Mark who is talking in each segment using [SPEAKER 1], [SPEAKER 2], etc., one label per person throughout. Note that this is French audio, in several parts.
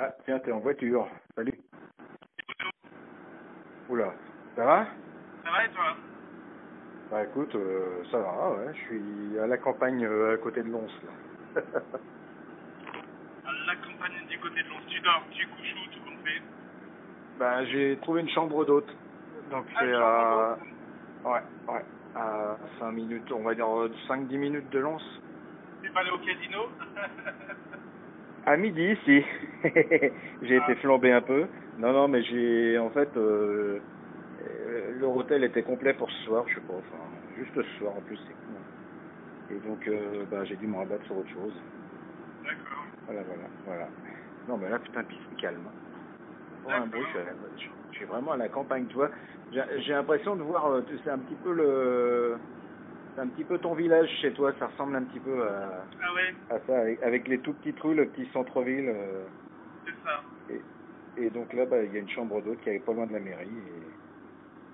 [SPEAKER 1] Ah, Tiens, t'es en voiture. Salut. Oula, ça va
[SPEAKER 2] Ça va et toi
[SPEAKER 1] Bah écoute, euh, ça va, ouais. Je suis à la campagne euh, à côté de Lons, là.
[SPEAKER 2] À La campagne du côté de Lons, tu dors, tu couches où, tu comptes faire
[SPEAKER 1] bah j'ai trouvé une chambre d'hôte. Donc
[SPEAKER 2] Ah,
[SPEAKER 1] c'est
[SPEAKER 2] une
[SPEAKER 1] à...
[SPEAKER 2] chambre
[SPEAKER 1] Ouais, ouais. À 5 minutes, on va dire 5-10 minutes de Lons.
[SPEAKER 2] Tu vas aller au casino
[SPEAKER 1] À midi, si. j'ai été flambé un peu. Non, non, mais j'ai... En fait, euh, euh, leur hôtel était complet pour ce soir, je sais pas. Enfin, juste ce soir, en plus, c'est con. Et donc, euh, bah, j'ai dû me rabattre sur autre chose.
[SPEAKER 2] D'accord.
[SPEAKER 1] Voilà, voilà, voilà. Non, mais là, putain, puis c'est calme. Pour un bruit, je suis, à la- je suis vraiment à la campagne, tu vois. J'ai j'ai l'impression de voir, euh, tu sais, un petit peu le... C'est un petit peu ton village chez toi, ça ressemble un petit peu à,
[SPEAKER 2] Ah ouais,
[SPEAKER 1] à ça, avec, avec les tout petites rues, le petit centre-ville. euh,
[SPEAKER 2] c'est ça.
[SPEAKER 1] et donc là, bah, il y a une chambre d'hôte qui est pas loin de la mairie.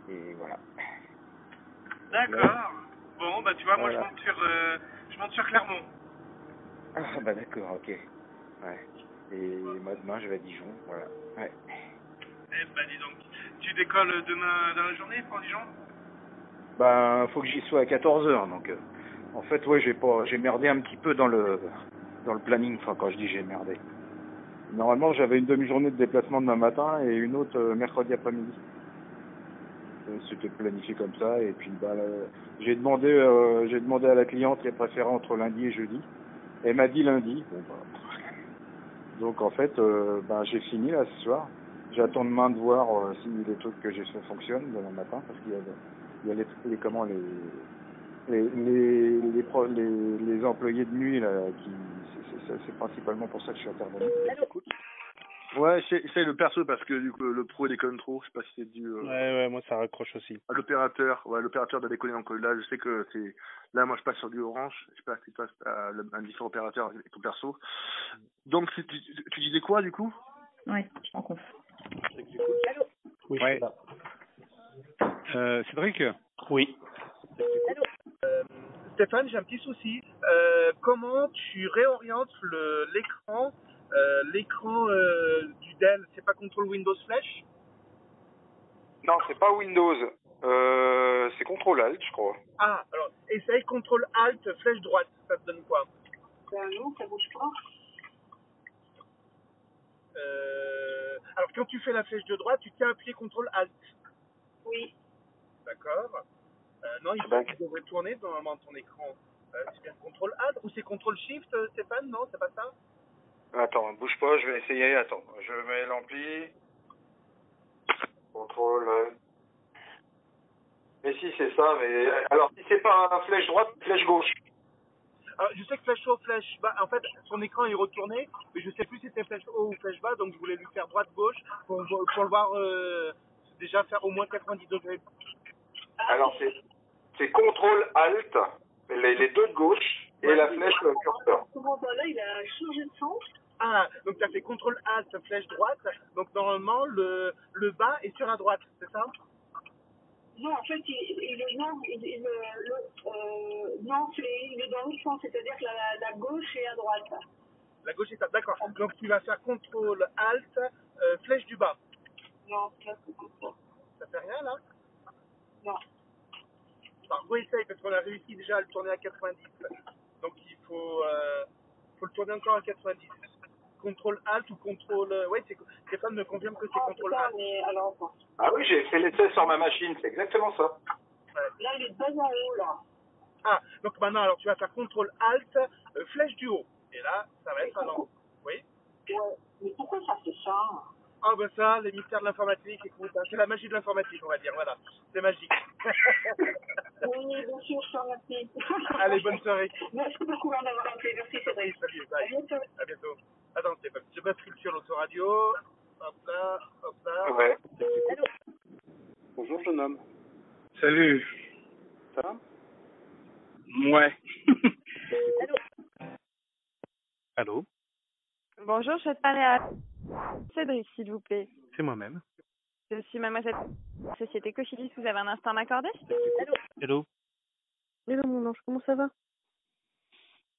[SPEAKER 1] Et, et voilà.
[SPEAKER 2] D'accord. Bon, bah tu vois, moi
[SPEAKER 1] Voilà.
[SPEAKER 2] je monte sur, euh, je monte sur Clermont.
[SPEAKER 1] Ah, bah d'accord, ok. Ouais. Et moi, demain, je vais à Dijon, voilà. Ouais.
[SPEAKER 2] Eh bah dis donc, tu décolles demain dans la journée pour Dijon
[SPEAKER 1] Ben, faut que j'y sois à 14h, donc... euh, en fait, ouais, j'ai pas... J'ai merdé un petit peu dans le... Dans le planning, enfin, quand je dis j'ai merdé. Normalement, j'avais une demi-journée de déplacement demain matin et une autre euh, mercredi après-midi. Euh, C'était planifié comme ça, et puis, ben, là, j'ai demandé... euh, j'ai demandé à la cliente qu'elle préférait entre lundi et jeudi. Elle m'a dit lundi. Bon, ben, Donc, en fait, euh, ben, j'ai fini, là, ce soir. J'attends demain de voir euh, si les trucs que j'ai fait fonctionnent demain matin, parce qu'il y a il y a les, les- comment les les les les, pro- les- les employés de nuit là qui c'est- c'est c'est principalement pour ça que je suis intervenu.
[SPEAKER 3] Ouais, c'est c'est le perso parce que du coup, le pro déconne trop. Je sais pas si c'est dû euh,
[SPEAKER 4] Ouais, ouais, moi ça raccroche aussi.
[SPEAKER 3] à l'opérateur. Ouais, l'opérateur doit déconner. Donc euh, là, je sais que c'est. Là, moi, je passe sur du orange. Je sais pas si tu passes à la- un différent opérateur avec ton perso. Donc, c'est- tu, tu- tu disais quoi du coup
[SPEAKER 5] Ouais, je suis en conf.
[SPEAKER 4] Oui,
[SPEAKER 3] je suis
[SPEAKER 4] là.
[SPEAKER 6] Euh, Cédric,
[SPEAKER 4] Oui.
[SPEAKER 2] Stéphane, j'ai un petit souci. Euh, comment tu réorientes l'écran euh, l'écran euh, du Dell, c'est pas contrôle Windows Flash
[SPEAKER 1] Non, c'est pas Windows. Euh, c'est Control Alt, je crois.
[SPEAKER 2] Ah, alors essaye contrôle Alt flèche droite, ça te donne quoi non, ça bouge pas. Euh, alors quand tu fais la flèche de droite, tu tiens à appuyer contrôle Alt. Oui. D'accord. Euh, non, il
[SPEAKER 1] D'accord.
[SPEAKER 2] tu devrais tourner normalement ton écran. Euh, c'est bien contrôle Alt ou c'est contrôle Shift, euh, Stéphane Non, c'est pas ça
[SPEAKER 1] Attends, bouge pas, je vais essayer. Attends, je mets l'ampli. Contrôle. Mais si c'est ça, mais alors si c'est pas un flèche droite, flèche gauche.
[SPEAKER 2] Alors, Ah, je sais que flèche haut, flèche bas, en fait, son écran est retourné, mais je sais plus si c'était flèche haut ou flèche bas, donc je voulais lui faire droite-gauche pour, pour le voir euh, déjà faire au moins 90 degrés.
[SPEAKER 1] Alors c'est c'est contrôle alt les, les deux de gauche et la flèche euh, curseur.
[SPEAKER 2] Ah, donc tu as fait contrôle alt flèche droite, donc normalement le, le bas est sur la droite, c'est ça
[SPEAKER 7] Non, en fait, il, il est, non, il, il- le- le- euh, non, c'est- il est dans l'autre sens, c'est-à-dire que la, la gauche et à droite.
[SPEAKER 2] La gauche est ça, d'accord. Donc tu vas faire contrôle alt euh, flèche du bas.
[SPEAKER 7] Non, ça, c'est comme ça.
[SPEAKER 2] Ça fait rien là
[SPEAKER 7] Non.
[SPEAKER 2] Par go essaye parce qu'on a réussi déjà à le tourner à 90. Donc il faut, euh, faut le tourner encore à 90. Contrôle alt ou contrôle. euh, Ouais, c'est Stéphane me confirme que c'est
[SPEAKER 7] Ah,
[SPEAKER 2] contrôle
[SPEAKER 7] putain,
[SPEAKER 2] alt.
[SPEAKER 7] mais alors, attends.
[SPEAKER 1] Ah oui, j'ai fait l'essai sur ma machine, c'est exactement ça.
[SPEAKER 7] là, il est bas en haut, là.
[SPEAKER 2] Ah, donc maintenant alors tu vas faire contrôle alt euh, flèche du haut. Et là, ça va être à l'envers.
[SPEAKER 7] Ouais. Mais pourquoi ça hein? fait ça
[SPEAKER 2] Ah bah ça, les mystères de l'informatique, écoute, hein, c'est la magie de l'informatique, on va dire, voilà. C'est magique.
[SPEAKER 7] Oui, bien sûr, je t'en remercie.
[SPEAKER 2] Allez, bonne soirée.
[SPEAKER 7] Merci beaucoup d'en avoir appelé. Merci, Cédric.
[SPEAKER 2] Salut,
[SPEAKER 7] À
[SPEAKER 2] bye.
[SPEAKER 7] bientôt.
[SPEAKER 2] À bientôt. Attends, c'est pas, j'ai pas pris sur l'autoradio. Hop là, hop là.
[SPEAKER 1] Ouais.
[SPEAKER 8] Bonjour jeune homme.
[SPEAKER 3] Salut.
[SPEAKER 8] Ça va
[SPEAKER 3] Ouais.
[SPEAKER 6] allô,
[SPEAKER 9] Bonjour, je parler à Cédric, s'il vous plaît.
[SPEAKER 6] c'est moi-même.
[SPEAKER 9] Je suis mademoiselle Société Cochilis. Vous avez un instant à m'accorder
[SPEAKER 4] Hello.
[SPEAKER 5] Hello mon ange, comment ça va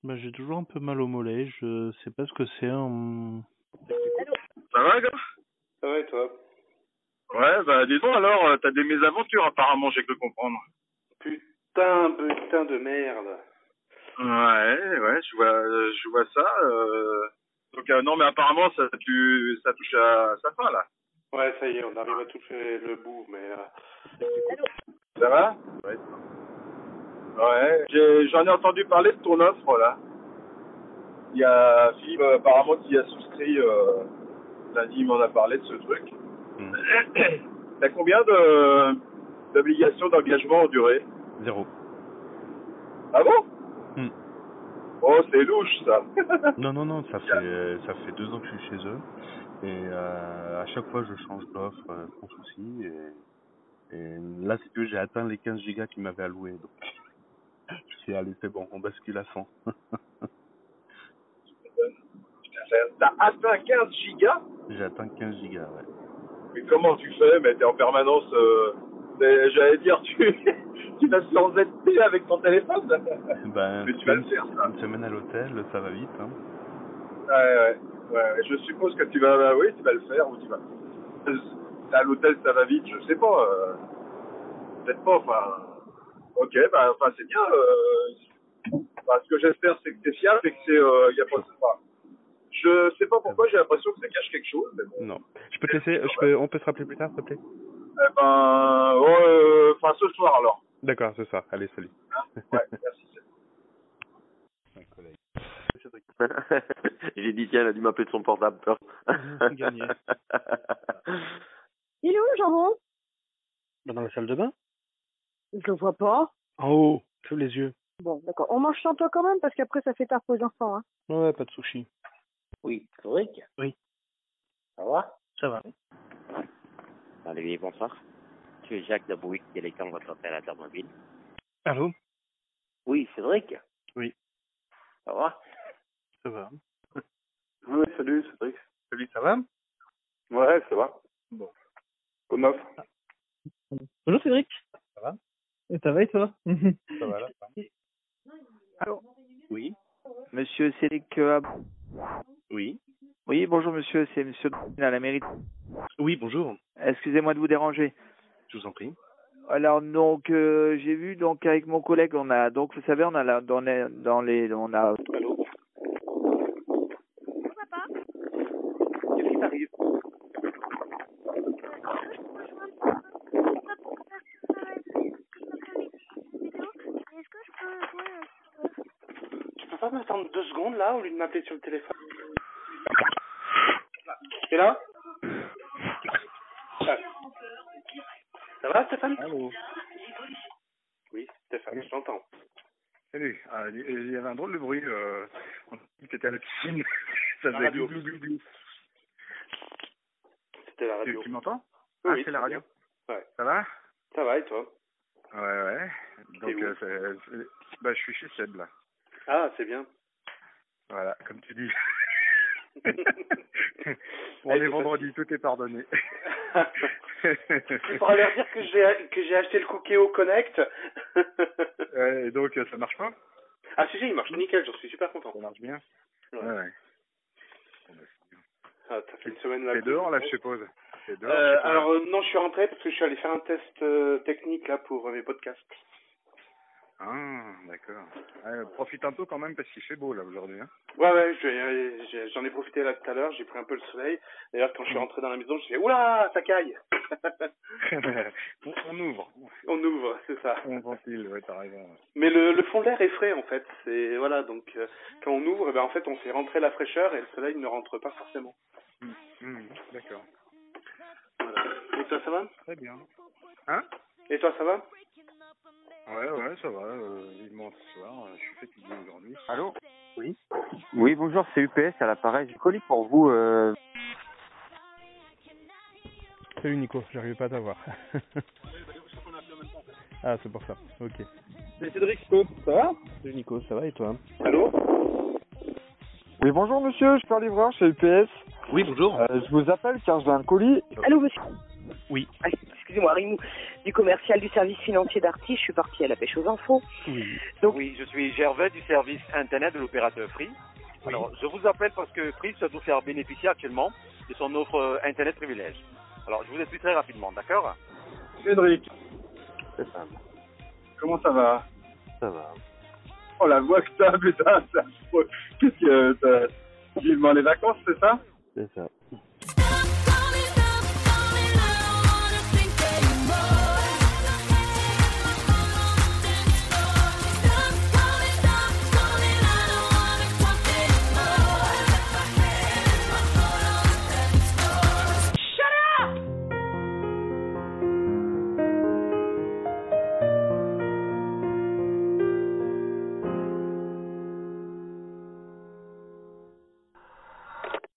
[SPEAKER 4] Bah, j'ai toujours un peu mal au mollet, je sais pas ce que c'est. hein.
[SPEAKER 3] Ça
[SPEAKER 8] Ça va, gars
[SPEAKER 1] Ça va et toi
[SPEAKER 8] Ouais, bah dis donc alors, euh, t'as des mésaventures apparemment, j'ai cru comprendre.
[SPEAKER 1] Putain, putain de merde.
[SPEAKER 8] Ouais, ouais, je vois, je vois ça. euh. Donc euh, non, mais apparemment ça, tu, ça touche à sa fin là.
[SPEAKER 1] Ouais, ça y est, on arrive à toucher le bout, mais... euh,
[SPEAKER 8] Ça va Ouais. Ouais, j'ai- j'en ai, entendu parler de ton offre là. Il y a Philippe euh, apparemment qui a souscrit, euh, lundi il m'en a parlé de ce truc.
[SPEAKER 10] Hmm.
[SPEAKER 8] T'as combien de d'obligations d'engagement en durée
[SPEAKER 10] Zéro.
[SPEAKER 8] Ah bon
[SPEAKER 10] Hmm.
[SPEAKER 8] Oh, c'est louche ça.
[SPEAKER 10] Non, non, non, ça fait, euh, ça fait deux ans que je suis chez eux. Et euh, à chaque fois, je change d'offre euh, sans souci. Et, et là, c'est que j'ai atteint les 15 gigas qu'ils m'avaient alloués. Donc, je suis allé, c'est bon, on bascule à 100.
[SPEAKER 8] T'as atteint 15 gigas
[SPEAKER 10] j'ai atteint 15 gigas, ouais.
[SPEAKER 8] Mais comment tu fais Mais t'es en permanence. euh, t'es- J'allais dire, tu, tu vas sur ZP avec ton téléphone
[SPEAKER 10] Ben,
[SPEAKER 8] Mais tu vas le
[SPEAKER 10] une-
[SPEAKER 8] faire, ça.
[SPEAKER 10] Une semaine à l'hôtel, ça va vite. Hein.
[SPEAKER 8] Ouais, ouais, ouais. Je suppose que tu vas, bah oui, tu vas le faire ou tu vas. À l'hôtel, ça va vite, je sais pas. euh, Peut-être pas, enfin. Ok, bah, enfin, c'est bien. euh, enfin, ce que j'espère, c'est que c'est fiable et que c'est. euh, y a pas... enfin, je sais pas pourquoi, j'ai l'impression que ça cache quelque chose, mais bon.
[SPEAKER 11] Non. Je peux te laisser, je peux, on peut se rappeler plus tard, s'il te plaît
[SPEAKER 8] Eh ben, ouais, euh, enfin, ce soir alors.
[SPEAKER 11] D'accord, ce soir. Allez, salut.
[SPEAKER 12] J'ai dit tiens, elle a dû m'appeler de son portable. peur.
[SPEAKER 11] Gagné.
[SPEAKER 7] Il est où le jambon
[SPEAKER 11] Bah, Dans la salle de bain
[SPEAKER 7] Je le vois pas.
[SPEAKER 11] En haut, tous les yeux.
[SPEAKER 7] Bon, d'accord. On mange sans toi quand même, parce qu'après, ça fait tard pour les enfants. Hein.
[SPEAKER 11] Ouais, pas de sushi.
[SPEAKER 13] Oui, Coric
[SPEAKER 11] Oui.
[SPEAKER 13] Ça va
[SPEAKER 11] Ça va.
[SPEAKER 13] Allez, bonsoir. Je suis Jacques de Bouygues Télécom, votre opérateur mobile.
[SPEAKER 11] Allô
[SPEAKER 13] Oui, Cédric
[SPEAKER 11] Oui.
[SPEAKER 13] Ça va
[SPEAKER 11] Ça va.
[SPEAKER 12] Oui, salut, Cédric.
[SPEAKER 11] Salut, ça va
[SPEAKER 12] Ouais, ça va.
[SPEAKER 11] Bon.
[SPEAKER 12] Bonne offre.
[SPEAKER 2] Bonjour Cédric.
[SPEAKER 11] Ça va
[SPEAKER 2] Ça va et toi
[SPEAKER 11] Ça va, là, ça va.
[SPEAKER 2] Allô
[SPEAKER 14] Oui. Monsieur Cédric. euh,
[SPEAKER 11] Oui.
[SPEAKER 14] Oui, bonjour monsieur, c'est monsieur à la mairie.
[SPEAKER 11] Oui, bonjour.
[SPEAKER 14] Excusez-moi de vous déranger.
[SPEAKER 11] Je vous en prie.
[SPEAKER 14] Alors donc euh, j'ai vu donc avec mon collègue on a donc vous savez on a la, dans les dans les on a
[SPEAKER 2] Tu peux pas m'attendre deux secondes là au lieu de m'appeler sur le téléphone Et là Ah. Ça va Stéphane Oui, Stéphane, je t'entends.
[SPEAKER 1] Salut. Ah, il il y avait un drôle de bruit. Euh, on dit que t'étais à la piscine. Ça
[SPEAKER 12] La
[SPEAKER 1] faisait
[SPEAKER 12] radio.
[SPEAKER 1] glou, glou, glou, glou.
[SPEAKER 12] C'était la
[SPEAKER 1] Tu, tu m'entends
[SPEAKER 12] Oui,
[SPEAKER 1] Ah,
[SPEAKER 12] oui,
[SPEAKER 1] c'est la
[SPEAKER 12] très
[SPEAKER 1] radio.
[SPEAKER 12] Ouais.
[SPEAKER 1] Ça va
[SPEAKER 12] Ça va et toi
[SPEAKER 1] Ouais, ouais. Donc,
[SPEAKER 12] où
[SPEAKER 1] euh, c'est- c'est- bah, je suis chez Seb, là.
[SPEAKER 12] Ah, c'est bien.
[SPEAKER 1] Voilà, comme tu dis. On est vendredi, tout est pardonné.
[SPEAKER 2] Il faudra leur dire que j'ai que j'ai acheté le cookie au Connect.
[SPEAKER 1] Ouais, et donc, euh, ça marche pas
[SPEAKER 2] Ah si si, il marche nickel, j'en suis super content. Ça
[SPEAKER 1] marche bien.
[SPEAKER 2] Ouais.
[SPEAKER 1] Ouais, ouais.
[SPEAKER 2] Ah, t'as fait une semaine
[SPEAKER 10] Bah,
[SPEAKER 2] là.
[SPEAKER 1] T'es dehors, là, je suppose. T'es dehors.
[SPEAKER 2] Euh,
[SPEAKER 1] je suppose.
[SPEAKER 2] alors euh, non, je suis rentré parce que je suis allé faire un test euh, technique là pour euh, mes podcasts.
[SPEAKER 1] Ah, d'accord. Ouais, profite un peu quand même parce qu'il fait beau, là, aujourd'hui. hein.
[SPEAKER 2] Ouais ouais, je vais- euh, j'ai- j'en ai profité là tout à l'heure, j'ai pris un peu le soleil. D'ailleurs quand je suis rentré dans la maison, je fait oula, ça caille.
[SPEAKER 1] on, on ouvre.
[SPEAKER 2] On ouvre, c'est ça.
[SPEAKER 1] On ventile, ouais, t'as raison. ouais.
[SPEAKER 2] Mais le, le fond de l'air est frais en fait. C'est voilà donc euh, quand on ouvre, eh ben en fait on fait rentrer la fraîcheur et le soleil ne rentre pas forcément.
[SPEAKER 1] Hmm, d'accord.
[SPEAKER 2] Voilà. Et toi ça va
[SPEAKER 1] Très bien. Hein
[SPEAKER 2] Et toi ça va
[SPEAKER 1] Ouais, ouais, ça va. Euh, vivement ce soir. euh, Je suis fatigué aujourd'hui. Allô
[SPEAKER 2] Oui.
[SPEAKER 15] Oui, bonjour, c'est UPS à l'appareil. J'ai colis pour vous. euh,
[SPEAKER 11] Salut Nico, j'arrive pas à t'avoir. ah, c'est pour ça. Ok.
[SPEAKER 2] C'est Cédric, ça va
[SPEAKER 11] Salut Nico, ça va et toi
[SPEAKER 2] Allô
[SPEAKER 15] Oui, bonjour monsieur, je suis livreur chez UPS.
[SPEAKER 11] Oui, bonjour.
[SPEAKER 15] Euh, je vous appelle car j'ai un colis.
[SPEAKER 7] Allô, monsieur Ah,
[SPEAKER 11] Oui.
[SPEAKER 7] Excusez-moi, Rimou, du commercial du service financier d'Arty, je suis partie à la pêche aux infos.
[SPEAKER 11] Oui.
[SPEAKER 16] Oui, je suis Gervais du service Internet de l'opérateur Free. Alors, je vous appelle parce que Free se doit faire bénéficier actuellement
[SPEAKER 1] de son offre euh, Internet privilège. Alors, je vous explique très rapidement, d'accord
[SPEAKER 8] Cédric,
[SPEAKER 17] C'est simple.
[SPEAKER 8] comment ça va
[SPEAKER 17] Ça va.
[SPEAKER 8] Oh la voix euh, que t'as, putain, c'est affreux. Qu'est-ce que t'as Vivement les vacances, c'est ça
[SPEAKER 17] C'est ça.